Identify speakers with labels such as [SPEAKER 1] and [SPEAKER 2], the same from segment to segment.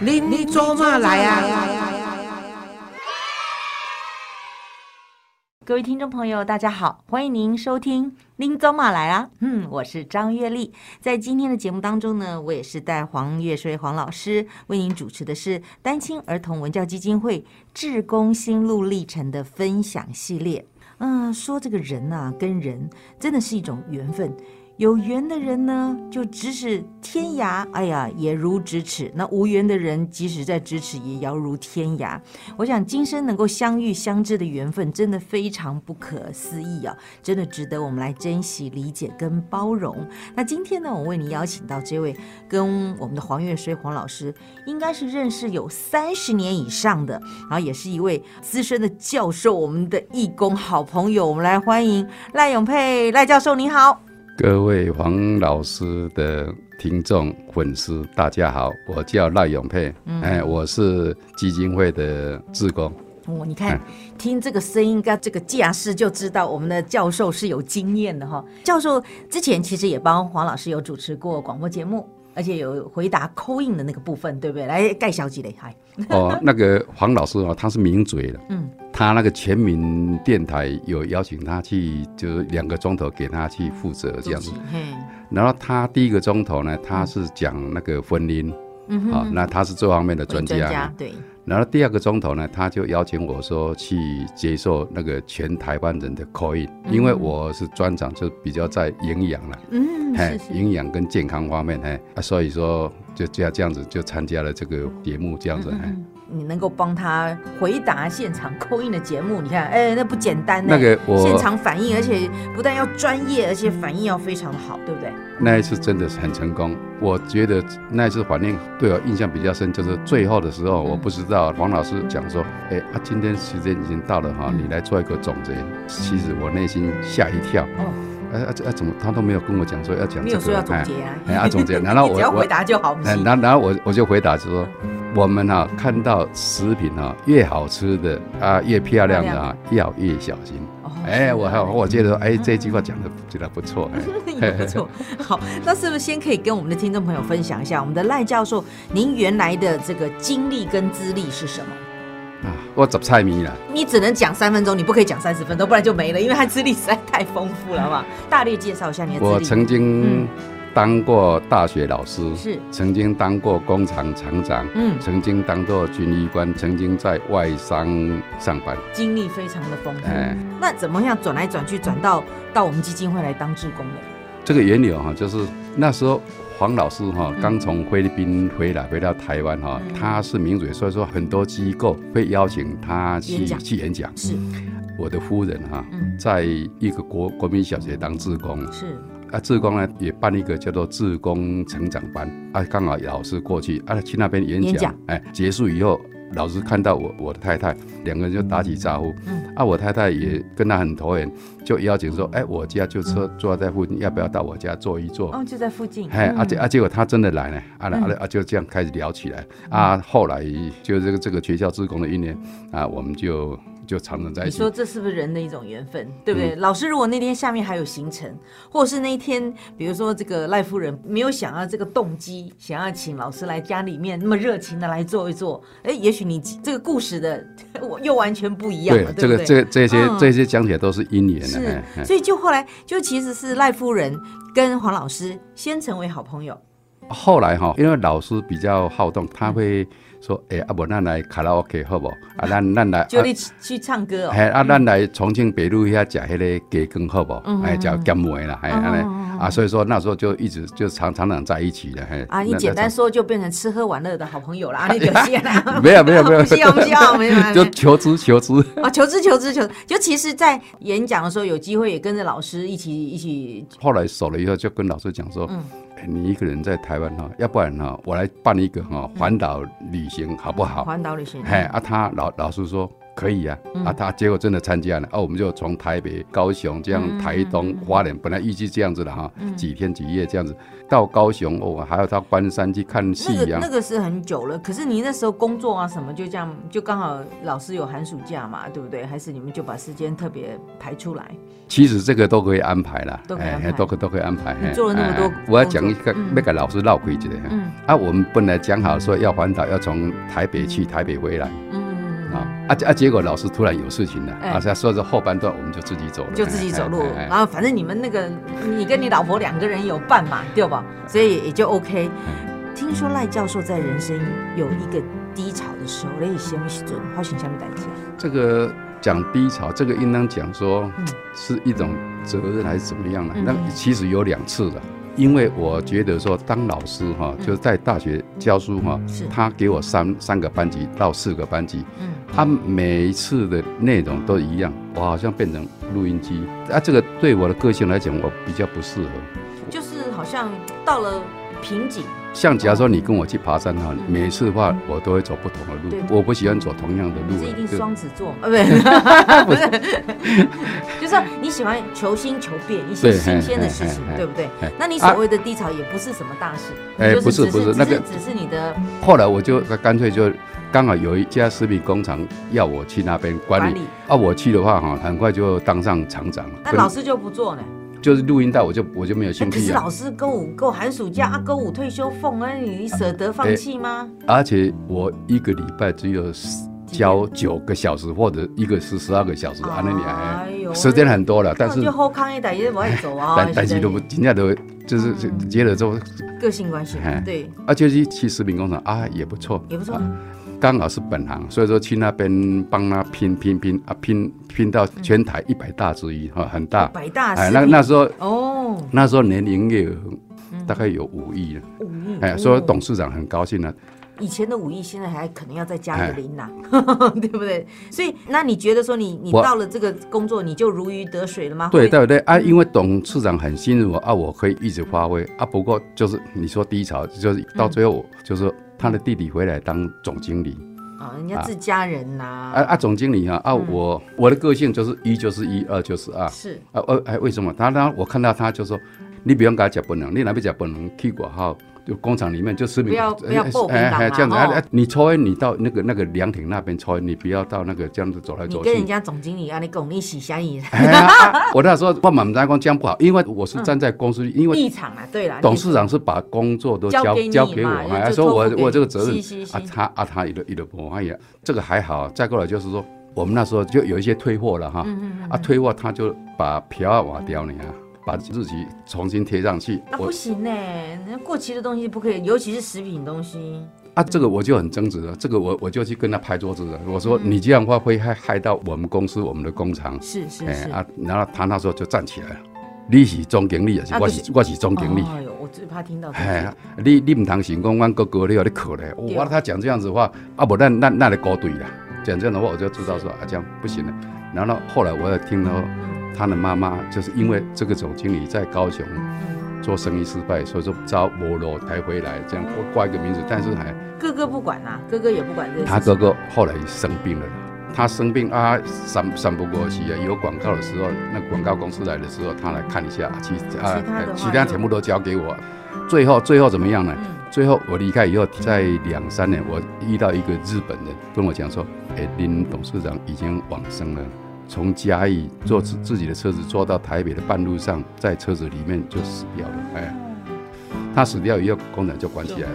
[SPEAKER 1] 您您做嘛来啊？
[SPEAKER 2] 各位听众朋友，大家好，欢迎您收听《林走马来啦》。嗯，我是张月丽。在今天的节目当中呢，我也是带黄月水黄老师为您主持的是单亲儿童文教基金会志工心路历程的分享系列。嗯，说这个人呐、跟人真的是一种缘分。有缘的人呢，就咫尺天涯，哎呀，也如咫尺；那无缘的人，即使在咫尺，也遥如天涯。我想今生能够相遇相知的缘分，真的非常不可思议啊！真的值得我们来珍惜、理解跟包容。那今天呢，我为您邀请到这位跟我们的黄月水黄老师，应该是认识有三十年以上的，然后也是一位资深的教授，我们的义工好朋友。我们来欢迎赖永佩赖教授，你好。
[SPEAKER 3] 各位黄老师的听众粉丝，大家好，我叫赖永佩，
[SPEAKER 2] 嗯
[SPEAKER 3] 哎，我是基金会的志工，
[SPEAKER 2] 哦，你看
[SPEAKER 3] 哎，
[SPEAKER 2] 听这个声音跟这个架势就知道我们的教授是有经验的哈。教授之前其实也帮黄老师有主持过广播节目，而且有回答扣印的那个部分，对不对？来，盖小姐嘞，哎嗨，
[SPEAKER 3] 哦， 那个黄老师哦，他是名嘴的，
[SPEAKER 2] 嗯，
[SPEAKER 3] 他那个全民电台有邀请他去，就是两个钟头给他去负责这样子
[SPEAKER 2] 主，持，嘿，
[SPEAKER 3] 然后他第一个钟头呢，他是讲那个婚姻，
[SPEAKER 2] 嗯哼，
[SPEAKER 3] 啊、那他是这方面的
[SPEAKER 2] 专
[SPEAKER 3] 专家，
[SPEAKER 2] 对，
[SPEAKER 3] 然后第二个钟头呢，他就邀请我说去接受那个全台湾人的 call in，、因为我是专长就比较在营养了，
[SPEAKER 2] 嗯，
[SPEAKER 3] 嘿
[SPEAKER 2] 是是，
[SPEAKER 3] 营养跟健康方面，嘿，啊、所以说就这样这样子就参加了这个节目，
[SPEAKER 2] 嗯
[SPEAKER 3] 这样子，嘿，
[SPEAKER 2] 你能够帮他回答现场扣印的节目，你看，哎，那不简单呢。
[SPEAKER 3] 那个我
[SPEAKER 2] 现场反应，而且不但要专业，而且反应要非常的好，对不对？
[SPEAKER 3] 那一次真的是很成功，我觉得那一次反应对我印象比较深，就是最后的时候，
[SPEAKER 2] 嗯
[SPEAKER 3] 我不知道黄老师讲说，哎、啊，今天时间已经到了哈，
[SPEAKER 2] 嗯
[SPEAKER 3] 你来做一个总结。其实我内心吓一跳，
[SPEAKER 2] 哦，
[SPEAKER 3] 哎啊这啊怎么他都没有跟我讲说要讲
[SPEAKER 2] 没
[SPEAKER 3] 这
[SPEAKER 2] 有说
[SPEAKER 3] 个，
[SPEAKER 2] 要总
[SPEAKER 3] 哎
[SPEAKER 2] 结啊。
[SPEAKER 3] 哎，阿总 监，然后
[SPEAKER 2] 你
[SPEAKER 3] 我
[SPEAKER 2] 只要
[SPEAKER 3] 我
[SPEAKER 2] 回，答就好，不
[SPEAKER 3] 哎
[SPEAKER 2] 是？
[SPEAKER 3] 然然后我我就回答就说，我们啊看到食品啊越好吃的啊越漂亮的啊要越小心。
[SPEAKER 2] 哦
[SPEAKER 3] 哎，我还我觉得哎
[SPEAKER 2] 嗯
[SPEAKER 3] 这句话讲的觉得不错，哎
[SPEAKER 2] 也不错。好，那是不是先可以跟我们的听众朋友分享一下我们的赖教授，您原来的这个经历跟资历是什么？嗯
[SPEAKER 3] 啊，我十菜米啦，
[SPEAKER 2] 你只能讲三分钟，你不可以讲三十分钟，不然就没了，因为他资历实在太丰富了，好不好？大略介绍一下你的资历。
[SPEAKER 3] 我曾经
[SPEAKER 2] 嗯
[SPEAKER 3] 当过大学老师，
[SPEAKER 2] 是
[SPEAKER 3] 曾经当过工厂厂长。
[SPEAKER 2] 嗯，
[SPEAKER 3] 曾经当过军医官，曾经在外商上班，
[SPEAKER 2] 经历非常的丰富。
[SPEAKER 3] 哎，
[SPEAKER 2] 那怎么样转来转去，转到到我们基金会来当志工的？
[SPEAKER 3] 这个缘由哈，就是那时候黄老师哈
[SPEAKER 2] 嗯
[SPEAKER 3] 刚从菲律宾回来，回到台湾哈
[SPEAKER 2] 嗯，
[SPEAKER 3] 他是名嘴，所以说很多机构会邀请他
[SPEAKER 2] 演
[SPEAKER 3] 去
[SPEAKER 2] 讲
[SPEAKER 3] 去演讲。
[SPEAKER 2] 是
[SPEAKER 3] 我的夫人哈
[SPEAKER 2] 嗯，
[SPEAKER 3] 在一个国国民小学当志工
[SPEAKER 2] 是，
[SPEAKER 3] 啊，志工呢也办一个叫做志工成长班啊，刚好老师过去啊去那边演
[SPEAKER 2] 演
[SPEAKER 3] 讲
[SPEAKER 2] 讲，
[SPEAKER 3] 哎，结束以后。老师看到我我的太太，两个人就打起招呼，
[SPEAKER 2] 嗯
[SPEAKER 3] 啊，我太太也跟他很投缘，就邀请说，哎，我家就车坐在附近，要不要到我家坐一坐？
[SPEAKER 2] 嗯哦，就在附近。
[SPEAKER 3] 哎，啊
[SPEAKER 2] 嗯
[SPEAKER 3] 结啊结果他真的来了，啊来啊
[SPEAKER 2] 嗯
[SPEAKER 3] 来啊就这样开始聊起来啊，后来就这个这个学校职工的一年啊，我们就就常常在一
[SPEAKER 2] 你
[SPEAKER 3] 起
[SPEAKER 2] 说。这是不是人的一种缘分，对不对？
[SPEAKER 3] 嗯
[SPEAKER 2] 老师，如果那天下面还有行程，或者是那一天，比如说这个赖夫人没有想要这个动机，想要请老师来家里面那么热情的来坐一坐，哎，也许你这个故事的我又完全不一样了，
[SPEAKER 3] 这
[SPEAKER 2] 不
[SPEAKER 3] 个
[SPEAKER 2] 对？
[SPEAKER 3] 这个这些
[SPEAKER 2] 嗯
[SPEAKER 3] 这些讲起来都是因缘的
[SPEAKER 2] 是
[SPEAKER 3] 哎，哎
[SPEAKER 2] 所以就后来就其实是赖夫人跟黄老师先成为好朋友，
[SPEAKER 3] 后来哈，因为老师比较好动，他会说，哎，啊不，咱来卡拉 OK 好不好？啊，咱咱来。
[SPEAKER 2] 就
[SPEAKER 3] 啊
[SPEAKER 2] 去去唱歌哦。
[SPEAKER 3] 嘿，啊，咱来重庆北路遐食迄个鸡羹好不好
[SPEAKER 2] 嗯？
[SPEAKER 3] 哎，
[SPEAKER 2] 嗯
[SPEAKER 3] 食咸梅啦，哎，
[SPEAKER 2] 嗯
[SPEAKER 3] 安
[SPEAKER 2] 嗯嗯嗯
[SPEAKER 3] 尼啊，所以说那时候就一直就常常常在一起的，嘿。
[SPEAKER 2] 啊，你
[SPEAKER 3] 那
[SPEAKER 2] 简单
[SPEAKER 3] 那，
[SPEAKER 2] 说就变成吃喝玩乐的好朋友了啊！那个谢啦
[SPEAKER 3] 没有没有没
[SPEAKER 2] 不啊
[SPEAKER 3] 有
[SPEAKER 2] 需要不需要，没有没有没有
[SPEAKER 3] 就求知求知。
[SPEAKER 2] 啊，求知求知求知，就其实，在演讲的时候，有机会也跟着老师一起一起，
[SPEAKER 3] 后来熟了以后，就跟老师讲说，
[SPEAKER 2] 嗯
[SPEAKER 3] 哎你一个人在台湾哈，要不然哈，我来办一个哈环岛旅行好不好？
[SPEAKER 2] 嗯环岛旅行。
[SPEAKER 3] 啊嘿，啊，他老老师说可以啊，
[SPEAKER 2] 嗯
[SPEAKER 3] 啊，他结果真的参加了，啊，我们就从台北、高雄这样，
[SPEAKER 2] 嗯
[SPEAKER 3] 台东、花莲，本来预计这样子的哈
[SPEAKER 2] 嗯，
[SPEAKER 3] 几天几夜这样子，到高雄哦，还要到关山去看啊夕
[SPEAKER 2] 那个
[SPEAKER 3] 阳
[SPEAKER 2] 那，个是很久了，可是你那时候工作啊什么，就这样，就刚好老师有寒暑假嘛，对不对？还是你们就把时间特别排出来？
[SPEAKER 3] 其实这个都可以安排啦哎
[SPEAKER 2] 都可以安排
[SPEAKER 3] 都可都可以安排。
[SPEAKER 2] 你
[SPEAKER 3] 嘿
[SPEAKER 2] 做了那么多
[SPEAKER 3] 哎我要讲
[SPEAKER 2] 工
[SPEAKER 3] 一
[SPEAKER 2] 作
[SPEAKER 3] 个
[SPEAKER 2] 嗯，
[SPEAKER 3] 那个老师绕回一个哈。
[SPEAKER 2] 嗯
[SPEAKER 3] 啊，我们本来讲好说要环岛，要从台北去，台北回来
[SPEAKER 2] 嗯嗯，
[SPEAKER 3] 啊
[SPEAKER 2] 嗯
[SPEAKER 3] 啊啊！结果老师突然有事情了，
[SPEAKER 2] 哎
[SPEAKER 3] 啊，所以说是后半段我们就自己走了，
[SPEAKER 2] 就自己走路
[SPEAKER 3] 哎，哎哎
[SPEAKER 2] 然后反正你们那个你跟你老婆两个人有伴嘛，对吧？所以也就 OK。听说赖教授在人生有一个低潮的时候，你是什么时阵发生什么代志啊？
[SPEAKER 3] 这个讲低潮，这个应当讲说
[SPEAKER 2] 嗯
[SPEAKER 3] 是一种责任还是怎么样呢
[SPEAKER 2] 嗯？
[SPEAKER 3] 那其实有两次了。因为我觉得说当老师哈、
[SPEAKER 2] 嗯
[SPEAKER 3] 就是在大学教书哈、
[SPEAKER 2] 是
[SPEAKER 3] 他给我三三个班级到四个班级，
[SPEAKER 2] 嗯
[SPEAKER 3] 他每一次的内容都一样，我好像变成录音机啊，这个对我的个性来讲，我比较不适合。
[SPEAKER 2] 就是好像到了瓶颈，
[SPEAKER 3] 像假如说你跟我去爬山哈，
[SPEAKER 2] 嗯
[SPEAKER 3] 每一次的话我都会走不同的
[SPEAKER 2] 对
[SPEAKER 3] 路，我不喜欢走同样的
[SPEAKER 2] 你
[SPEAKER 3] 路啊
[SPEAKER 2] 是一定
[SPEAKER 3] 就
[SPEAKER 2] 双子座嘛？呃，不是， 不是， 就是你喜欢求新求变，一些
[SPEAKER 3] 对
[SPEAKER 2] 新鲜的
[SPEAKER 3] 嘿
[SPEAKER 2] 事情
[SPEAKER 3] 嘿，嘿
[SPEAKER 2] 对不对
[SPEAKER 3] 嘿？啊
[SPEAKER 2] 那你所谓的低潮也不是什么大事，
[SPEAKER 3] 哎
[SPEAKER 2] 就
[SPEAKER 3] 不是
[SPEAKER 2] 只
[SPEAKER 3] 不是
[SPEAKER 2] 只
[SPEAKER 3] 那个
[SPEAKER 2] 只是你的
[SPEAKER 3] 后来我就干脆就刚好有一家食品工厂要我去那边管理
[SPEAKER 2] 管理
[SPEAKER 3] 啊，我去的话哈，很快就当上厂长了。
[SPEAKER 2] 但老师就不做呢。
[SPEAKER 3] 跟就是录音带，我就我就没有
[SPEAKER 2] 哎
[SPEAKER 3] 兴
[SPEAKER 2] 可是
[SPEAKER 3] 趣了、啊
[SPEAKER 2] 老师歌舞够寒暑假啊，歌舞退休俸啊，你舍得放弃吗？
[SPEAKER 3] 而且我一个礼拜只有教九个小时，或者一个是十二个小时，啊，那你
[SPEAKER 2] 哎呦
[SPEAKER 3] 哎时间很多了，但
[SPEAKER 2] 那
[SPEAKER 3] 是
[SPEAKER 2] 我就后康一代也不爱走啊，
[SPEAKER 3] 但但是都不人家都就是
[SPEAKER 2] 嗯
[SPEAKER 3] 接了之后，
[SPEAKER 2] 个性关系
[SPEAKER 3] 哎，
[SPEAKER 2] 对，
[SPEAKER 3] 啊，就是去食品工厂啊也不错，
[SPEAKER 2] 也不错
[SPEAKER 3] 啊。刚好是本行，所以说去那边帮他拼拼拼啊，拼拼到全台一百大之一哈，很大。
[SPEAKER 2] 百大
[SPEAKER 3] 哎，
[SPEAKER 2] 食
[SPEAKER 3] 那
[SPEAKER 2] 品
[SPEAKER 3] 那时候
[SPEAKER 2] 哦，
[SPEAKER 3] 那时候年营业额大概有五亿了，
[SPEAKER 2] 五亿哦
[SPEAKER 3] 哎，所以董事长很高兴了。啊
[SPEAKER 2] 以前的武艺，现在还可能要再加
[SPEAKER 3] 哎
[SPEAKER 2] 一个零呐、 对不对？所以，那你觉得说你你
[SPEAKER 3] 我
[SPEAKER 2] 到了这个工作，你就如鱼得水了吗？
[SPEAKER 3] 对
[SPEAKER 2] 会，
[SPEAKER 3] 对对啊，因为董事长很信任我啊，我可以一直发挥啊。不过就是你说低潮，就是到最后就是他的弟弟回来当总经理
[SPEAKER 2] 啊、人家自家人呐、
[SPEAKER 3] 啊啊，总经理啊啊，我我的个性就是一就是一，二就是二。
[SPEAKER 2] 是
[SPEAKER 3] 啊，呃，哎，为什么？他他我看到他就说，你不用给他讲本能，你哪边讲本能去过后，就工厂里面就食品，
[SPEAKER 2] 不要不要爆槟榔啦
[SPEAKER 3] 这样子，哎、
[SPEAKER 2] 哦
[SPEAKER 3] 哎你抽烟，你到那个那个凉亭那边抽烟，你不要到那个这样子走来
[SPEAKER 2] 你
[SPEAKER 3] 哎走
[SPEAKER 2] 跟人
[SPEAKER 3] 去。
[SPEAKER 2] 家总经理啊，你拱你洗下你
[SPEAKER 3] 哎呀、啊我那时候我满在讲这样不好，因为我
[SPEAKER 2] 嗯
[SPEAKER 3] 是站在公司，因 为
[SPEAKER 2] 立场啊，对啦，
[SPEAKER 3] 董事长是把工作都交
[SPEAKER 2] 交给你
[SPEAKER 3] 交给我
[SPEAKER 2] 嘛
[SPEAKER 3] 嘛，
[SPEAKER 2] 就
[SPEAKER 3] 哎说
[SPEAKER 2] 托付
[SPEAKER 3] 我
[SPEAKER 2] 给
[SPEAKER 3] 我这个
[SPEAKER 2] 你
[SPEAKER 3] 责任
[SPEAKER 2] 是是是
[SPEAKER 3] 啊，他啊他一路一路不哎呀，这个还好。再过来就是说，我们那时候就有一些退货了哈，
[SPEAKER 2] 嗯嗯嗯，
[SPEAKER 3] 啊，退货他就把票啊瓦掉你啊，把日期重新贴上去。
[SPEAKER 2] 那不
[SPEAKER 3] 我
[SPEAKER 2] 行呢、那过期的东西不可以，尤其是食品东西，
[SPEAKER 3] 啊，这个我就很争执了，这个我我就去跟他拍桌子了。我说
[SPEAKER 2] 嗯
[SPEAKER 3] 你这样的话会害害到我们公司我们的工厂。
[SPEAKER 2] 是是
[SPEAKER 3] 哎
[SPEAKER 2] 是。
[SPEAKER 3] 啊，然后他那时候就站起来了，你是总经理还是
[SPEAKER 2] 啊
[SPEAKER 3] 我
[SPEAKER 2] 就是
[SPEAKER 3] 我是总经理？
[SPEAKER 2] 哎呦，我最怕听到这
[SPEAKER 3] 哎
[SPEAKER 2] 个
[SPEAKER 3] 呀，你你唔通想讲，阮哥哥你有咧哭咧？哦
[SPEAKER 2] 对
[SPEAKER 3] 我他讲这样子的话，啊不，咱咱咱来勾兑啦。讲这样的话，我就知道说啊，这样不行了。然后后来我也听到
[SPEAKER 2] 嗯
[SPEAKER 3] 他的妈妈，就是因为这个总经理在高雄
[SPEAKER 2] 嗯，
[SPEAKER 3] 做生意失败，所以说招摩罗才回来，这样
[SPEAKER 2] 嗯
[SPEAKER 3] 挂挂一个名字。但是还
[SPEAKER 2] 哥哥不管啊，哥哥也不管这个事情。
[SPEAKER 3] 他哥哥后来生病了，他生病啊，散散不过去啊。有广告的时候，那广告公司来的时候，他来看一下，其啊
[SPEAKER 2] 其他的话
[SPEAKER 3] 其他
[SPEAKER 2] 就
[SPEAKER 3] 全部都交给我。最后最后怎么样呢？
[SPEAKER 2] 嗯，
[SPEAKER 3] 最后我离开以后，在两三年，我遇到一个日本人跟我讲说：“哎，林董事长已经往生了，从嘉义坐自自己的车子坐到台北的半路上，在车子里面就死掉了。”哎，他死掉以后，工厂就关起来了。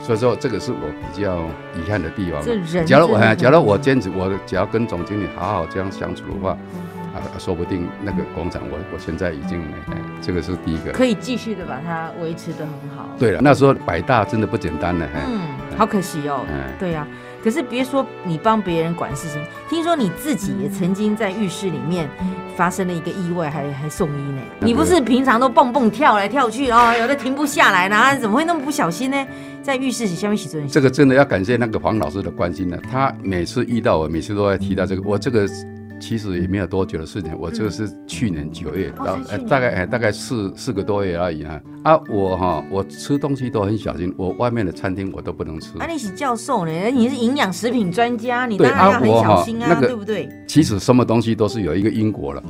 [SPEAKER 3] 所以说，这个是我比较遗憾的地方
[SPEAKER 2] 这。人
[SPEAKER 3] 假如我
[SPEAKER 2] 真的
[SPEAKER 3] 哎
[SPEAKER 2] 很
[SPEAKER 3] 假如我坚持，我只要跟总经理好好这样相处的话，
[SPEAKER 2] 嗯
[SPEAKER 3] 啊，说不定那个工厂我我现在已经哎，这个是第一个。
[SPEAKER 2] 可以继续的把它维持的很好。
[SPEAKER 3] 对了，那时候百大真的不简单了，哎。
[SPEAKER 2] 嗯，好可惜哦。
[SPEAKER 3] 哎
[SPEAKER 2] 对呀、可是别说你帮别人管事情，听说你自己也曾经在浴室里面发生了一个意外，还还送医呢。
[SPEAKER 3] 那个
[SPEAKER 2] 你不是平常都蹦蹦跳来跳去哦，有的停不下来啦，怎么会那么不小心呢？在浴室里下面洗尊
[SPEAKER 3] 这个真的要感谢那个黄老师的关心了、他每次遇到我，每次都在提到这个，我这个其实也没有多久的事情，我这个是去年九月，
[SPEAKER 2] 哦
[SPEAKER 3] 大
[SPEAKER 2] 是去年
[SPEAKER 3] 大概哎大概四四个多月而已啊。啊，我哈、我吃东西都很小心，我外面的餐厅我都不能吃。
[SPEAKER 2] 啊，你是教授呢，你是营养食品专家，你
[SPEAKER 3] 对
[SPEAKER 2] 当然
[SPEAKER 3] 啊
[SPEAKER 2] 要很
[SPEAKER 3] 我
[SPEAKER 2] 小
[SPEAKER 3] 哈
[SPEAKER 2] 心啊，
[SPEAKER 3] 那个
[SPEAKER 2] 对不对？
[SPEAKER 3] 其实什么东西都是有一个因果了。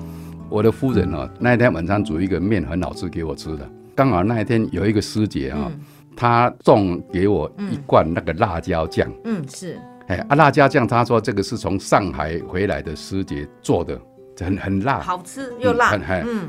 [SPEAKER 3] 我的夫人呢、哦那一天晚上煮一个面很好吃给我吃的，刚好那一天有一个师姐啊、
[SPEAKER 2] 嗯
[SPEAKER 3] 她送给我一罐那个辣椒酱。
[SPEAKER 2] 嗯，是
[SPEAKER 3] 哎，啊，辣椒酱，他说这个是从上海回来的师姐做的，很很辣。
[SPEAKER 2] 好吃又辣
[SPEAKER 3] 啊嗯，很
[SPEAKER 2] 嗯，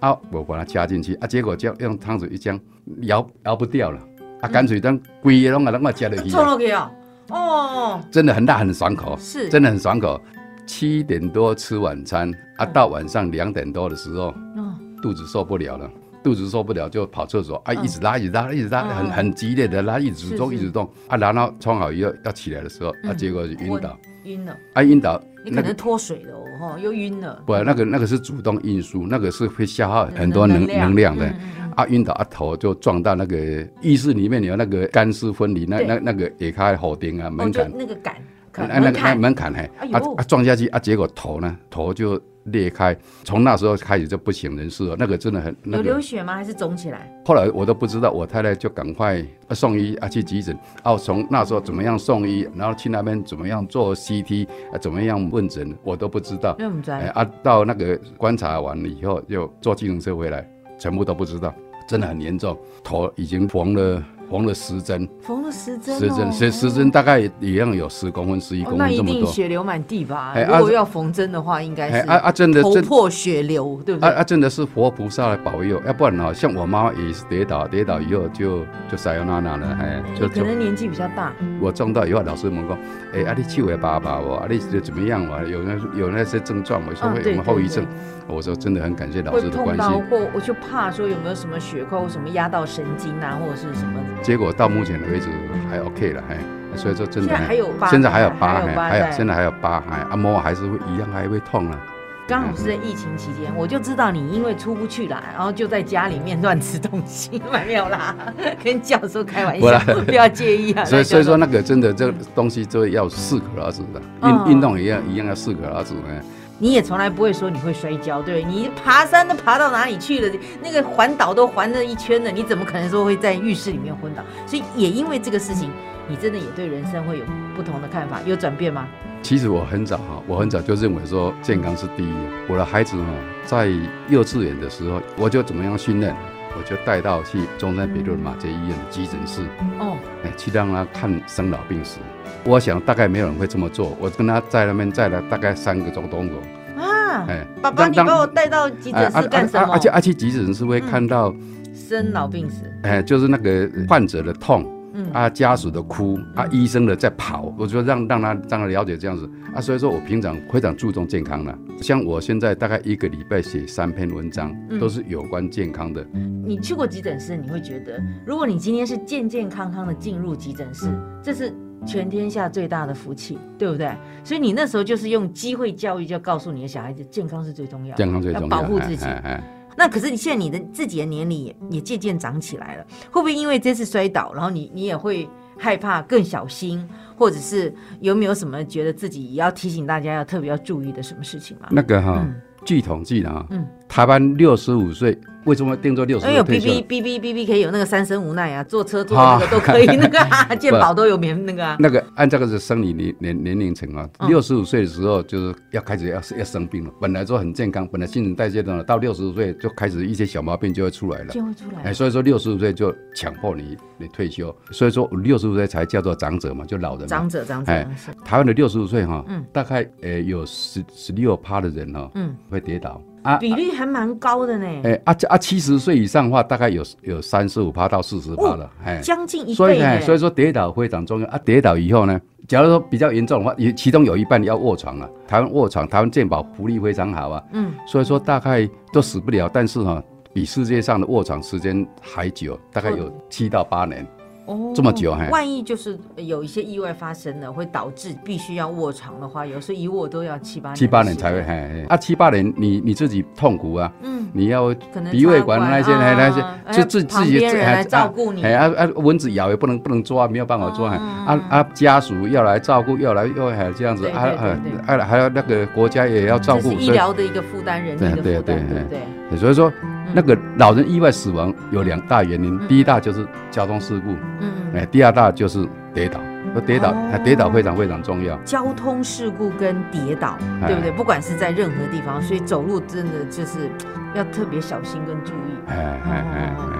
[SPEAKER 3] 啊，我把它加进去啊，结果就用汤匙一将，摇摇不掉了，啊，干脆当规个拢啊，拢啊加落去
[SPEAKER 2] 臭
[SPEAKER 3] 啊，
[SPEAKER 2] 肉给哦，哦，
[SPEAKER 3] 真的很辣，很爽口，
[SPEAKER 2] 是
[SPEAKER 3] 真的很爽口。七点多吃晚餐啊，
[SPEAKER 2] 嗯
[SPEAKER 3] 到晚上两点多的时候，
[SPEAKER 2] 哦
[SPEAKER 3] 肚子受不了了，肚子受不了就跑厕所啊，
[SPEAKER 2] 嗯
[SPEAKER 3] 一直拉，一直拉，一直拉，
[SPEAKER 2] 嗯
[SPEAKER 3] 很很激烈的拉，一直动，
[SPEAKER 2] 是
[SPEAKER 3] 一
[SPEAKER 2] 是
[SPEAKER 3] 直动啊，然后冲好以后要起来的时候啊，
[SPEAKER 2] 嗯
[SPEAKER 3] 结果就晕倒，
[SPEAKER 2] 晕了，
[SPEAKER 3] 啊，晕倒
[SPEAKER 2] 你可
[SPEAKER 3] 那
[SPEAKER 2] 能
[SPEAKER 3] 个。
[SPEAKER 2] 脱水了哦，吼又晕了，
[SPEAKER 3] 不，那个那个是主动运输，那个是会消耗很多能能量的。
[SPEAKER 2] 嗯嗯嗯
[SPEAKER 3] 啊，晕倒啊，头就撞到那个浴室里面有那个干湿分离，那
[SPEAKER 2] 对
[SPEAKER 3] 那那个也开火顶啊，门
[SPEAKER 2] 哦就
[SPEAKER 3] 槛，
[SPEAKER 2] 那个杆，
[SPEAKER 3] 啊
[SPEAKER 2] 杆
[SPEAKER 3] 那个
[SPEAKER 2] 门
[SPEAKER 3] 那
[SPEAKER 2] 槛，
[SPEAKER 3] 门槛嘿
[SPEAKER 2] 哎，呦
[SPEAKER 3] 啊啊撞下去啊，结果头呢，头就裂开，从那时候开始就不省人事了，那个真的很那
[SPEAKER 2] 有流
[SPEAKER 3] 个，
[SPEAKER 2] 血吗？还是肿起来？
[SPEAKER 3] 后来我都不知道，我太太就赶快啊送医啊去急诊，哦、从那时候怎么样送医，然后去那边怎么样做 CT 啊，怎么样问诊，我都不知道。
[SPEAKER 2] 那我们
[SPEAKER 3] 哎
[SPEAKER 2] 在
[SPEAKER 3] 啊，到那个观察完了以后，又坐计程车回来，全部都不知道，真的很严重，头已经缝了缝了十针，
[SPEAKER 2] 缝了十针哦，
[SPEAKER 3] 十针，十十针大概一样有十公分、十一
[SPEAKER 2] 哦，
[SPEAKER 3] 公
[SPEAKER 2] 那
[SPEAKER 3] 分
[SPEAKER 2] 一
[SPEAKER 3] 这么
[SPEAKER 2] 定
[SPEAKER 3] 多。
[SPEAKER 2] 血流满地吧？
[SPEAKER 3] 哎
[SPEAKER 2] 如
[SPEAKER 3] 啊
[SPEAKER 2] 果要缝针的话，应该
[SPEAKER 3] 哎啊
[SPEAKER 2] 是
[SPEAKER 3] 啊，真的
[SPEAKER 2] 头
[SPEAKER 3] 真
[SPEAKER 2] 破血流，对不
[SPEAKER 3] 啊
[SPEAKER 2] 对？
[SPEAKER 3] 啊，真的是活菩萨来保佑，要不然哈、像我妈妈也是跌倒，跌倒以后就就塞欧娜娜了，哎，
[SPEAKER 2] 嗯
[SPEAKER 3] 就嗯
[SPEAKER 2] 可
[SPEAKER 3] 就
[SPEAKER 2] 能年纪比较大，
[SPEAKER 3] 我撞到以后，老师们讲，哎，啊你手会疤疤哦，啊你怎么样啊？有那有那些症状吗，我说
[SPEAKER 2] 嗯
[SPEAKER 3] 会有
[SPEAKER 2] 对
[SPEAKER 3] 没有后
[SPEAKER 2] 对
[SPEAKER 3] 遗症？我说真的很感谢老
[SPEAKER 2] 会
[SPEAKER 3] 师的
[SPEAKER 2] 碰
[SPEAKER 3] 关
[SPEAKER 2] 到
[SPEAKER 3] 心。
[SPEAKER 2] 或我就怕说有没有什么血块或什么压到神经啊，或者是什么。
[SPEAKER 3] 结果到目前为止还 OK 了，哎，所以说真
[SPEAKER 2] 现
[SPEAKER 3] 的，
[SPEAKER 2] 在还有疤，
[SPEAKER 3] 现在还有疤，
[SPEAKER 2] 还有疤
[SPEAKER 3] 还有
[SPEAKER 2] 在
[SPEAKER 3] 现在还有疤，哎，按摩还是会一样还会痛啊。
[SPEAKER 2] 刚好是在疫情期间，我就知道你因为出不去啦，然后就在家里面乱吃东西， 没有啦，跟教授开玩
[SPEAKER 3] 不啦
[SPEAKER 2] 笑，不要介意啊。
[SPEAKER 3] 所以
[SPEAKER 2] 来
[SPEAKER 3] 所以
[SPEAKER 2] 教授
[SPEAKER 3] 说那个真的这个东西就要适可而止的，
[SPEAKER 2] 嗯
[SPEAKER 3] 运运动一样一样要适可而止哎。
[SPEAKER 2] 你也从来不会说你会摔跤，对不对？你爬山都爬到哪里去了？那个环岛都环了一圈了，你怎么可能说会在浴室里面昏倒？所以也因为这个事情，你真的也对人生会有不同的看法，有转变吗？
[SPEAKER 3] 其实我很早哈，我很早就认为说健康是第一。我的孩子哈，在幼稚园的时候，我就怎么样训练，我就带到去中山北路的马街医院的急诊室，
[SPEAKER 2] 哦，
[SPEAKER 3] 哎，去让他看生老病死。我想大概没有人会这么做。我跟他在那边在了大概三个钟钟头，
[SPEAKER 2] 啊，
[SPEAKER 3] 哎，
[SPEAKER 2] 爸爸，
[SPEAKER 3] 让
[SPEAKER 2] 你
[SPEAKER 3] 让
[SPEAKER 2] 把我带到急诊室干什
[SPEAKER 3] 哎啊啊啊
[SPEAKER 2] 么？
[SPEAKER 3] 而且而且急诊室会看到，
[SPEAKER 2] 生老病死，
[SPEAKER 3] 哎，就是那个患者的痛
[SPEAKER 2] 嗯，
[SPEAKER 3] 啊，家属的哭啊，医生的在跑，我就让让他让他了解这样子啊。所以说我平常非常注重健康的，像我现在大概一个礼拜写三篇文章，
[SPEAKER 2] 嗯
[SPEAKER 3] 都是有关健康的。
[SPEAKER 2] 你去过急诊室，你会觉得，如果你今天是健健康康的进入急诊室，这是全天下最大的福气，对不对？所以你那时候就是用机会教育，就告诉你的小孩子，健康是最重要的，
[SPEAKER 3] 健康最重
[SPEAKER 2] 要
[SPEAKER 3] 要，
[SPEAKER 2] 保护
[SPEAKER 3] 哎
[SPEAKER 2] 自己。
[SPEAKER 3] 哎哎
[SPEAKER 2] 那可是你现在你的自己的年龄也也渐渐长起来了，会不会因为这次摔倒，然后你你也会害怕更小心，或者是有没有什么觉得自己也要提醒大家要特别要注意的什么事情吗？
[SPEAKER 3] 那个哈
[SPEAKER 2] 嗯，
[SPEAKER 3] 据统计呢，
[SPEAKER 2] 嗯哎
[SPEAKER 3] 台湾六十五岁为什么定做六十
[SPEAKER 2] 因为有
[SPEAKER 3] 岁
[SPEAKER 2] B
[SPEAKER 3] 退休
[SPEAKER 2] B？B B B B 可以有那个三生无奈啊，坐车坐那个都可以，那个、 啊、健保都有免那个啊。
[SPEAKER 3] 那个按这个是生理年年年龄层啊
[SPEAKER 2] 嗯，
[SPEAKER 3] 六十五岁的时候就是要开始要要生病了。本来说很健康，本来新陈代谢的呢，到六十五岁就开始一些小毛病就会出来了。
[SPEAKER 2] 就会出来
[SPEAKER 3] 哎，
[SPEAKER 2] 了，
[SPEAKER 3] 所以说六十五岁就强迫你你退休，所以说六十五岁才叫做长者嘛，就老人嘛。
[SPEAKER 2] 长者长者，
[SPEAKER 3] 哎
[SPEAKER 2] 是
[SPEAKER 3] 台湾的六十五岁哈
[SPEAKER 2] 嗯，
[SPEAKER 3] 大概呃有十十六趴的人哈
[SPEAKER 2] 嗯，
[SPEAKER 3] 会跌倒啊。
[SPEAKER 2] 比率还蛮高的呢，
[SPEAKER 3] 哎啊啊，七十岁以上的话，大概有有三十五趴到四十趴
[SPEAKER 2] 哦
[SPEAKER 3] 了，哎，
[SPEAKER 2] 将近一
[SPEAKER 3] 所
[SPEAKER 2] 倍
[SPEAKER 3] 以呢，
[SPEAKER 2] 耶。
[SPEAKER 3] 所以说跌倒非常重要啊。跌倒以后呢，假如说比较严重的话，也其中有一半要卧床啊。台湾卧床，台湾健保福利非常好啊，
[SPEAKER 2] 嗯，
[SPEAKER 3] 所以说大概都死不了，但是哈、比世界上的卧床时间还久，大概有七到八年。
[SPEAKER 2] 哦
[SPEAKER 3] 这么久嘿
[SPEAKER 2] 万一就是有一些意外发生了，会导致必须要卧床的话，有时候一卧都要七八年的时间，
[SPEAKER 3] 七八年才会，嘿，嘿啊，七八年你你自己痛苦啊，
[SPEAKER 2] 嗯，
[SPEAKER 3] 你要
[SPEAKER 2] 可能
[SPEAKER 3] 鼻胃
[SPEAKER 2] 插
[SPEAKER 3] 管那些，
[SPEAKER 2] 啊
[SPEAKER 3] 还那些
[SPEAKER 2] 啊，
[SPEAKER 3] 就
[SPEAKER 2] 要
[SPEAKER 3] 自
[SPEAKER 2] 旁
[SPEAKER 3] 自己
[SPEAKER 2] 边人来照顾你
[SPEAKER 3] 哎啊啊，蚊子咬也不能不能抓，没有办法抓，
[SPEAKER 2] 嗯
[SPEAKER 3] 哎
[SPEAKER 2] 嗯
[SPEAKER 3] 啊
[SPEAKER 2] 嗯
[SPEAKER 3] 啊，家属要来照顾，要来要来这样子，
[SPEAKER 2] 对
[SPEAKER 3] 啊
[SPEAKER 2] 对对
[SPEAKER 3] 啊
[SPEAKER 2] 对
[SPEAKER 3] 啊，还有那个国家也要照
[SPEAKER 2] 这是
[SPEAKER 3] 顾，
[SPEAKER 2] 医疗的一个负担，人力
[SPEAKER 3] 对啊
[SPEAKER 2] 的
[SPEAKER 3] 对啊
[SPEAKER 2] 负担，
[SPEAKER 3] 对
[SPEAKER 2] 对
[SPEAKER 3] 啊
[SPEAKER 2] 不对？
[SPEAKER 3] 所以说
[SPEAKER 2] 嗯
[SPEAKER 3] 那个老人意外死亡有两大原因，
[SPEAKER 2] 嗯
[SPEAKER 3] 第一大就是交通事故，
[SPEAKER 2] 嗯
[SPEAKER 3] 哎，第二大就是跌倒，说跌倒
[SPEAKER 2] 哦
[SPEAKER 3] 哎跌倒非常非常重要，
[SPEAKER 2] 交通事故跟跌倒，
[SPEAKER 3] 哎
[SPEAKER 2] 对不对？不管是在任何地方，所以走路真的就是要特别小心跟注意。
[SPEAKER 3] 哎哎哎
[SPEAKER 2] 哦
[SPEAKER 3] 哎，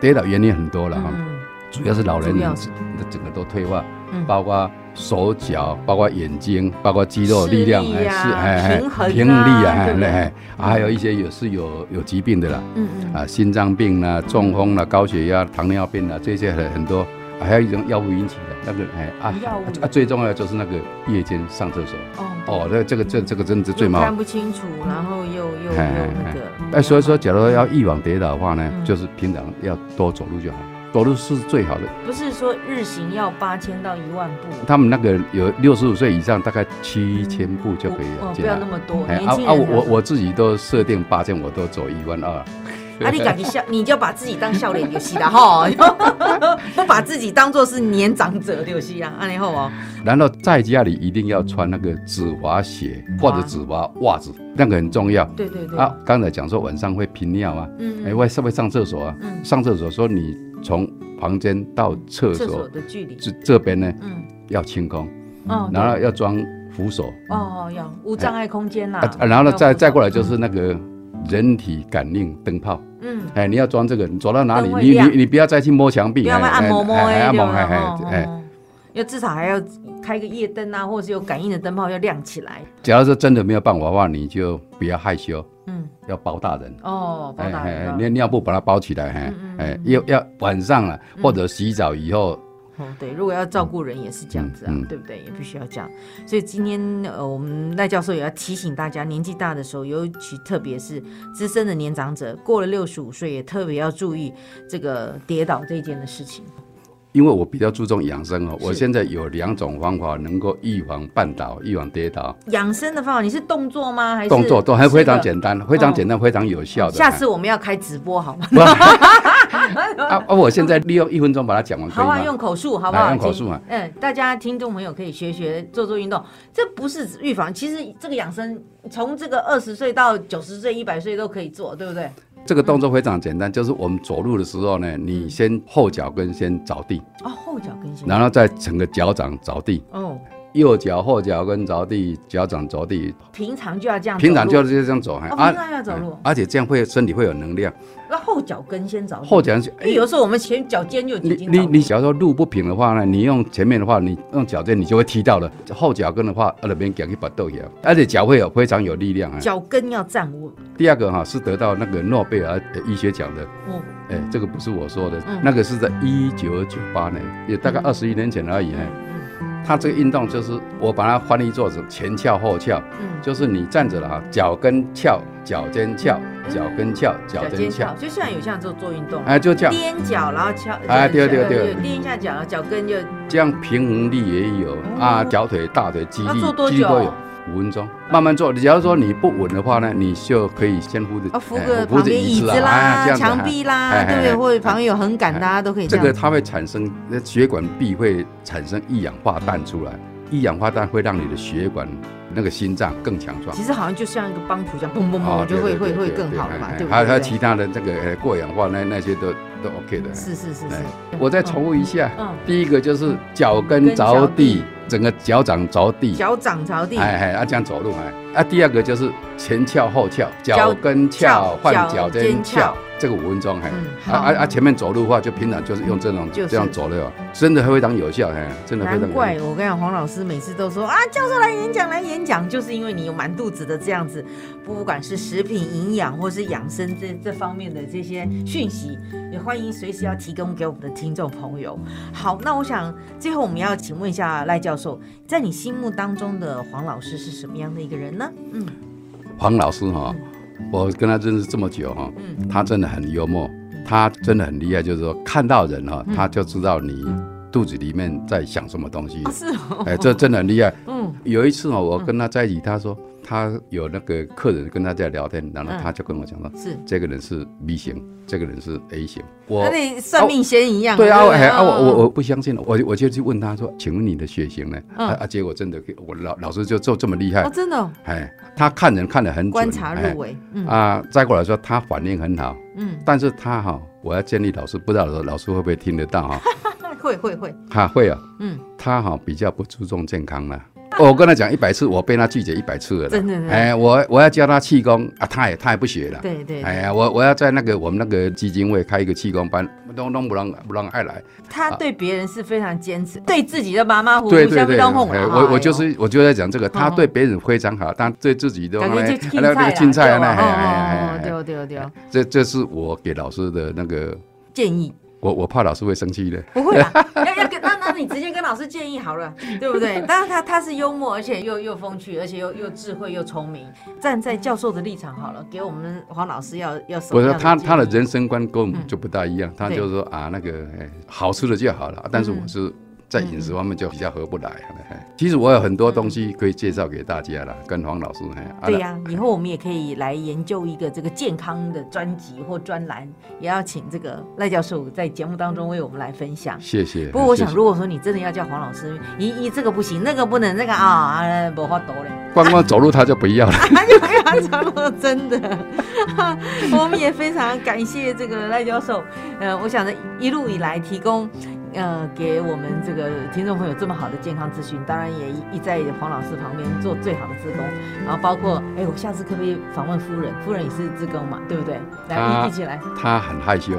[SPEAKER 3] 跌倒原因很多了哈。
[SPEAKER 2] 嗯
[SPEAKER 3] 主要是老人
[SPEAKER 2] 主要
[SPEAKER 3] 的
[SPEAKER 2] 是
[SPEAKER 3] 整个都退化，
[SPEAKER 2] 嗯
[SPEAKER 3] 包括手脚，包括眼睛，包括肌肉
[SPEAKER 2] 视
[SPEAKER 3] 力量，
[SPEAKER 2] 力
[SPEAKER 3] 哎
[SPEAKER 2] 啊
[SPEAKER 3] 是哎
[SPEAKER 2] 平衡啊
[SPEAKER 3] 平衡力啊，
[SPEAKER 2] 对不对
[SPEAKER 3] 哎哎，还有一些也是有有疾病的啦，
[SPEAKER 2] 嗯嗯，
[SPEAKER 3] 啊，心脏病啦、中风啦、高血压、糖尿病啦，这些很很多，啊还有一种药物引起的那个哎啊
[SPEAKER 2] 药物
[SPEAKER 3] 啊，最重要的就是那个夜间上厕所，
[SPEAKER 2] 哦，
[SPEAKER 3] 哦，这这个这这个真的是
[SPEAKER 2] 又
[SPEAKER 3] 最麻烦
[SPEAKER 2] 看。不清楚，然后又又又
[SPEAKER 3] 哎哎
[SPEAKER 2] 那
[SPEAKER 3] 哎
[SPEAKER 2] 个。
[SPEAKER 3] 哎，所以说，假如说要预防跌倒的话呢，
[SPEAKER 2] 嗯
[SPEAKER 3] 就是平常要多走路就好，走路是最好的。
[SPEAKER 2] 不是说日行要八千到一万步，
[SPEAKER 3] 他们那个有六十五岁以上，大概七千步就可以
[SPEAKER 2] 哦
[SPEAKER 3] 了。，
[SPEAKER 2] 不要那么多，
[SPEAKER 3] 哎
[SPEAKER 2] 年
[SPEAKER 3] 啊
[SPEAKER 2] 轻人
[SPEAKER 3] 啊！
[SPEAKER 2] 才
[SPEAKER 3] 我我我自己都设定八千，我都走一万二。
[SPEAKER 2] 啊，你敢己笑，你就把自己当笑脸就行了哈， 不把自己当做是年长者就行啊，安尼好哦。
[SPEAKER 3] 然后在家里一定要穿那个止滑鞋或者止滑袜子，那个很重要
[SPEAKER 2] 对对对，
[SPEAKER 3] 啊。刚才讲说晚上会频尿啊，
[SPEAKER 2] 嗯，
[SPEAKER 3] 哎
[SPEAKER 2] 嗯
[SPEAKER 3] 会会上厕所啊，
[SPEAKER 2] 嗯
[SPEAKER 3] 上厕所说你从房间到厕
[SPEAKER 2] 厕所
[SPEAKER 3] 所
[SPEAKER 2] 的距离，
[SPEAKER 3] 这这边呢
[SPEAKER 2] 嗯，
[SPEAKER 3] 要清空，
[SPEAKER 2] 哦，
[SPEAKER 3] 然后
[SPEAKER 2] 对
[SPEAKER 3] 要装扶手
[SPEAKER 2] 哦要无障碍空间啦
[SPEAKER 3] 啊，啊然后呢再再过
[SPEAKER 2] 来，
[SPEAKER 3] 来就是那个人体感应灯泡。
[SPEAKER 2] 嗯，
[SPEAKER 3] 哎，你要装这个，你走到哪里，
[SPEAKER 2] 灯会
[SPEAKER 3] 你
[SPEAKER 2] 亮
[SPEAKER 3] 你你不要再去摸墙壁，
[SPEAKER 2] 不要
[SPEAKER 3] 哎
[SPEAKER 2] 嘛按摩摸
[SPEAKER 3] 哎哎
[SPEAKER 2] 哎，
[SPEAKER 3] 按
[SPEAKER 2] 对
[SPEAKER 3] 摩，
[SPEAKER 2] 吧
[SPEAKER 3] 哎
[SPEAKER 2] 哦
[SPEAKER 3] 哎
[SPEAKER 2] 哦
[SPEAKER 3] 哎。
[SPEAKER 2] 哦要至少还要开个夜灯啊，或者是有感应的灯泡要亮起来，
[SPEAKER 3] 假如说真的没有办法的话，你就不要害羞，
[SPEAKER 2] 嗯，
[SPEAKER 3] 要包大人，
[SPEAKER 2] 哦，包
[SPEAKER 3] 哎
[SPEAKER 2] 大人啊，
[SPEAKER 3] 尿尿布把它包起来，哎
[SPEAKER 2] 嗯嗯嗯
[SPEAKER 3] 哎，要要晚上了或者洗澡以后，
[SPEAKER 2] 哦，对，如果要照顾人也是这样子啊，
[SPEAKER 3] 嗯嗯嗯
[SPEAKER 2] 对不对？也必须要这样。所以今天呃，我们赖教授也要提醒大家，年纪大的时候，尤其特别是资深的年长者，过了六十五岁，也特别要注意这个跌倒这件的事情。
[SPEAKER 3] 因为我比较注重养生哦，
[SPEAKER 2] 是
[SPEAKER 3] 我现在有两种方法能够预防绊倒、预防跌倒，
[SPEAKER 2] 养生的方法，你是动作吗？哎还是
[SPEAKER 3] 动作都还
[SPEAKER 2] 吃的哦
[SPEAKER 3] 非常简单，非常简单，非常有效的。
[SPEAKER 2] 下次我们要开直播好吗？
[SPEAKER 3] 不啊啊！我现在利用一分钟把它讲完，可
[SPEAKER 2] 好啊，
[SPEAKER 3] 以吗？
[SPEAKER 2] 用口述好不好？
[SPEAKER 3] 来用口述啊
[SPEAKER 2] 请嗯，大家听众朋友可以学学做做运动，这不是预防，其实这个养生从这个二十岁到九十岁、一百岁都可以做，对不对？
[SPEAKER 3] 这个动作非常简单，就是我们走路的时候呢，你先后脚跟先着地，
[SPEAKER 2] 哦，后脚跟先。
[SPEAKER 3] 然后再整个脚掌着地，
[SPEAKER 2] 哦，
[SPEAKER 3] 右脚后脚跟着地，脚掌着地，
[SPEAKER 2] 平常就要这样哦走路，
[SPEAKER 3] 平常就是这样走，还
[SPEAKER 2] 哦平常要走路
[SPEAKER 3] 哎而且这样会身体会有能量。
[SPEAKER 2] 那后脚跟先着地。
[SPEAKER 3] 后脚是
[SPEAKER 2] 因
[SPEAKER 3] 哎
[SPEAKER 2] 为有时候我们前脚尖哦就
[SPEAKER 3] 你
[SPEAKER 2] 已经
[SPEAKER 3] 你
[SPEAKER 2] 着地
[SPEAKER 3] 你，假如说路不平的话呢，你用前面的话，你用脚尖你就会踢到了，后脚跟的话，那边脚去把豆摇，而且脚会有非常有力量啊。
[SPEAKER 2] 脚跟要站稳。
[SPEAKER 3] 第二个哈是得到那个诺贝尔呃医学奖的，
[SPEAKER 2] 哦，
[SPEAKER 3] 哎，这个不是我说的
[SPEAKER 2] 嗯，
[SPEAKER 3] 那个是在一九九八年，也大概
[SPEAKER 2] 嗯
[SPEAKER 3] 二十一年前而已。哎
[SPEAKER 2] 嗯
[SPEAKER 3] 它这个运动就是我把它翻译做成前翘后翘，
[SPEAKER 2] 嗯，
[SPEAKER 3] 就是你站着了哈，脚跟翘，脚尖翘，
[SPEAKER 2] 嗯
[SPEAKER 3] 脚跟翘，脚尖翘，
[SPEAKER 2] 所以现在有像做做运动，
[SPEAKER 3] 哎，就这样，
[SPEAKER 2] 踮脚然后翘，
[SPEAKER 3] 哎对对对
[SPEAKER 2] 踮一下脚，然后脚跟就
[SPEAKER 3] 这样平衡力也有
[SPEAKER 2] 哦
[SPEAKER 3] 啊，小腿、大腿肌
[SPEAKER 2] 要
[SPEAKER 3] 力
[SPEAKER 2] 做多
[SPEAKER 3] 肌力都
[SPEAKER 2] 久
[SPEAKER 3] 有？。五分钟，慢慢做。假如说你不稳的话呢，你就可以先扶着
[SPEAKER 2] 啊，扶
[SPEAKER 3] 哎
[SPEAKER 2] 个旁
[SPEAKER 3] 扶着
[SPEAKER 2] 边椅子
[SPEAKER 3] 啊哎这
[SPEAKER 2] 啦、
[SPEAKER 3] 样子
[SPEAKER 2] 墙
[SPEAKER 3] 哎
[SPEAKER 2] 壁啦，
[SPEAKER 3] 哎
[SPEAKER 2] 对不对？
[SPEAKER 3] 哎
[SPEAKER 2] 或者旁边有横杆的，
[SPEAKER 3] 哎
[SPEAKER 2] 大家都可以这
[SPEAKER 3] 这
[SPEAKER 2] 样
[SPEAKER 3] 个。它会产生呃血管壁会产生一氧化氮出来，一氧化氮会让你的血管那个心脏更强壮
[SPEAKER 2] 其。实好像就像一个帮浦这样，嘣嘣
[SPEAKER 3] 哦
[SPEAKER 2] 嘣，嗯就会
[SPEAKER 3] 对对
[SPEAKER 2] 会
[SPEAKER 3] 对
[SPEAKER 2] 会
[SPEAKER 3] 对
[SPEAKER 2] 更
[SPEAKER 3] 对
[SPEAKER 2] 好了
[SPEAKER 3] 哎
[SPEAKER 2] 嘛，
[SPEAKER 3] 哎
[SPEAKER 2] 对不
[SPEAKER 3] 还有还有
[SPEAKER 2] 对？
[SPEAKER 3] 其他的那个呃过氧化那那些都都 OK 的。
[SPEAKER 2] 是是是是
[SPEAKER 3] 哎。我再重复一下，
[SPEAKER 2] 嗯，
[SPEAKER 3] 第一个就是脚跟着地，整个脚掌着地，
[SPEAKER 2] 脚掌着地，
[SPEAKER 3] 哎哎，啊这样走路哎。啊，第二个就是前翘后翘，脚跟
[SPEAKER 2] 脚
[SPEAKER 3] 翘换
[SPEAKER 2] 脚
[SPEAKER 3] 脚
[SPEAKER 2] 尖
[SPEAKER 3] 尖
[SPEAKER 2] 翘
[SPEAKER 3] 翘，这个五分钟哎
[SPEAKER 2] 嗯。好嗯
[SPEAKER 3] 啊啊啊！前面走路的话，就平常就是用这种
[SPEAKER 2] 就是
[SPEAKER 3] 这样走的哦，真的非常有效哎，真的非常
[SPEAKER 2] 难
[SPEAKER 3] 有效。
[SPEAKER 2] 怪我跟你讲，黄老师每次都说啊，教授来演讲，来演讲，就是因为你有满肚子的这样子，不管是食品营养或是养生这这方面的这些讯息，也欢迎随时要提供给我们的听众朋友。好，那我想最后我们要请问一下赖教授，在你心目当中的黄老师是什么样的一个 人呢？嗯
[SPEAKER 3] 黄老师哈、我跟他认识这么久哈、
[SPEAKER 2] 嗯
[SPEAKER 3] 他真的很幽默，他真的很厉害，就是说看到人哈、
[SPEAKER 2] 嗯
[SPEAKER 3] 他就知道你肚子里面在想什么东西
[SPEAKER 2] 啊，。是哦，
[SPEAKER 3] 哎，这真的很厉害。
[SPEAKER 2] 嗯
[SPEAKER 3] 有一次哦，我跟他在一起，他说：“他有那个客人跟他在聊天，然后
[SPEAKER 2] 嗯
[SPEAKER 3] 他就跟我讲说，
[SPEAKER 2] 是，
[SPEAKER 3] 这个人是 B 型，这个人是 A 型。我
[SPEAKER 2] 哦那你算命先一样。
[SPEAKER 3] 对啊，我哎啊，我我
[SPEAKER 2] 我
[SPEAKER 3] 我不相信，我就我就去问他说，请问你的血型呢？
[SPEAKER 2] 嗯
[SPEAKER 3] 啊啊，结果真的给我老老师就就这么厉害
[SPEAKER 2] 哦，，真的哦
[SPEAKER 3] 哎，他看人看得很准，
[SPEAKER 2] 观察
[SPEAKER 3] 哎
[SPEAKER 2] 入微，嗯
[SPEAKER 3] 啊，再过来说他反应很好，
[SPEAKER 2] 嗯，
[SPEAKER 3] 但是他哈，我要建议老师，不知道老师会不会听得到哈？
[SPEAKER 2] 会会会，
[SPEAKER 3] 他会啊，
[SPEAKER 2] 嗯，
[SPEAKER 3] 他哈比较不注重健康啦。我跟他讲一百次，我被他拒绝一百次了啦。
[SPEAKER 2] 真的真的
[SPEAKER 3] 哎，我我要教他气功啊，他也他也不学了。
[SPEAKER 2] 对对，
[SPEAKER 3] 哎
[SPEAKER 2] 对
[SPEAKER 3] 呀，我我要在那个我们那个基金会开一个气功班，都都不让不让爱来。
[SPEAKER 2] 他对别人是非常坚持，对自己的妈妈糊
[SPEAKER 3] 啊对
[SPEAKER 2] 糊
[SPEAKER 3] 对
[SPEAKER 2] 像
[SPEAKER 3] 对，
[SPEAKER 2] 不动哄
[SPEAKER 3] 哎我我就是我就在讲这个，他
[SPEAKER 2] 嗯
[SPEAKER 3] 对别人非常好，但对自己的
[SPEAKER 2] 感
[SPEAKER 3] 话呢
[SPEAKER 2] 觉就
[SPEAKER 3] 哎那个青菜啊，那
[SPEAKER 2] 哦，
[SPEAKER 3] 哎哎哎，
[SPEAKER 2] 对对对，
[SPEAKER 3] 这这是我给老师的那个，
[SPEAKER 2] 建 议。
[SPEAKER 3] 我我怕老师会生啊气的。
[SPEAKER 2] 不会啦， 要要跟那那你直接跟老师建议好了，对不对？但是他他是幽默，而且又又风趣，而且又又智慧又聪明。站在教授的立场好了，给我们黄老师要要什
[SPEAKER 3] 我
[SPEAKER 2] 么样的
[SPEAKER 3] 说他
[SPEAKER 2] 建议
[SPEAKER 3] 他的人生观跟我
[SPEAKER 2] 嗯
[SPEAKER 3] 们就不大一样，他
[SPEAKER 2] 对
[SPEAKER 3] 就说啊那个、哎好吃的就好了，但是
[SPEAKER 2] 嗯
[SPEAKER 3] 我是在饮食方面就比较合不来。哎其实我有很多东西可以介绍给大家啦，跟黄老师。哎啊
[SPEAKER 2] 嗯对呀、以后我们也可以来研究一个这个健康的专辑或专栏，也要请这个赖教授在节目当中为我们来分享。
[SPEAKER 3] 谢谢。
[SPEAKER 2] 不过我
[SPEAKER 3] 谢谢
[SPEAKER 2] 想，如果说你真的要叫黄老师，一一这个不行，那个不能，那个啊，啊没法度嘞。 哎
[SPEAKER 3] 光光走路他就不要了。
[SPEAKER 2] 他就非常长了，真的。 我们也非常感谢这个赖教授，呃，我想呢，一路以来提供。呃，给我们这个听众朋友这么好的健康资讯，当然也一一在黄老师旁边做最好的志工，然后包括，哎，我下次可不可以访问夫人？夫人也是志工嘛，对不对？来，
[SPEAKER 3] 啊
[SPEAKER 2] 一一起来。
[SPEAKER 3] 他很害羞，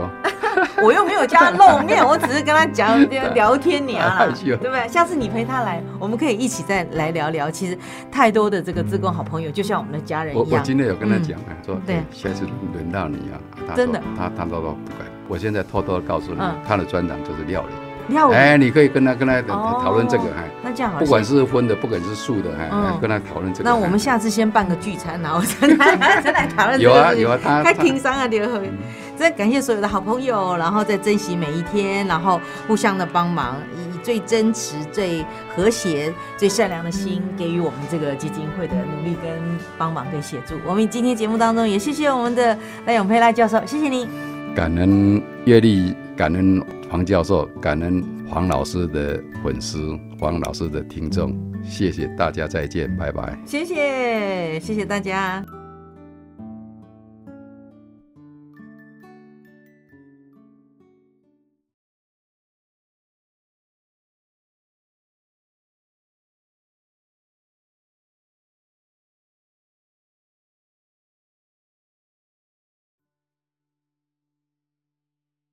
[SPEAKER 2] 我又没有叫他露面，我只是跟他讲聊天你 啊啦，
[SPEAKER 3] 哎
[SPEAKER 2] 对
[SPEAKER 3] 呦
[SPEAKER 2] 不对？下次你陪他来，我们可以一起再来聊聊。其实太多的这个志工好朋友，就像我们的家人
[SPEAKER 3] 我
[SPEAKER 2] 一
[SPEAKER 3] 我
[SPEAKER 2] 样。嗯
[SPEAKER 3] 今天有跟他讲啊，说
[SPEAKER 2] 对
[SPEAKER 3] 哎下次轮到你啊，啊他说
[SPEAKER 2] 真的
[SPEAKER 3] 他他都说不敢。我现在偷偷地告诉你
[SPEAKER 2] 嗯，
[SPEAKER 3] 他的专长就是料理。
[SPEAKER 2] 料理，
[SPEAKER 3] 哎，你可以跟他跟他
[SPEAKER 2] 哦
[SPEAKER 3] 讨论这个，哎，
[SPEAKER 2] 那这样好了，
[SPEAKER 3] 不管是荤的，不管是素的，哎
[SPEAKER 2] 嗯，
[SPEAKER 3] 跟他讨论这个。
[SPEAKER 2] 那我
[SPEAKER 3] 哎
[SPEAKER 2] 们下次先办个聚餐，啊然后再 来再来讨论这
[SPEAKER 3] 有
[SPEAKER 2] 个
[SPEAKER 3] 啊
[SPEAKER 2] 事情
[SPEAKER 3] 有啊，他
[SPEAKER 2] 该
[SPEAKER 3] 他
[SPEAKER 2] 听伤啊，刘和。真的感谢所有的好朋友，然后再珍惜每一天，然后互相的帮忙，以以最真实、最和谐、最善良的心，给予我们这个基金会的努力跟帮忙跟协助。我们今天节目当中也谢谢我们的赖永佩赖教授，谢谢您。
[SPEAKER 3] 感恩阅历，感恩黄教授，感恩黄老师的粉丝，黄老师的听众，谢谢大家，再见，拜拜。
[SPEAKER 2] 谢谢，谢谢大家。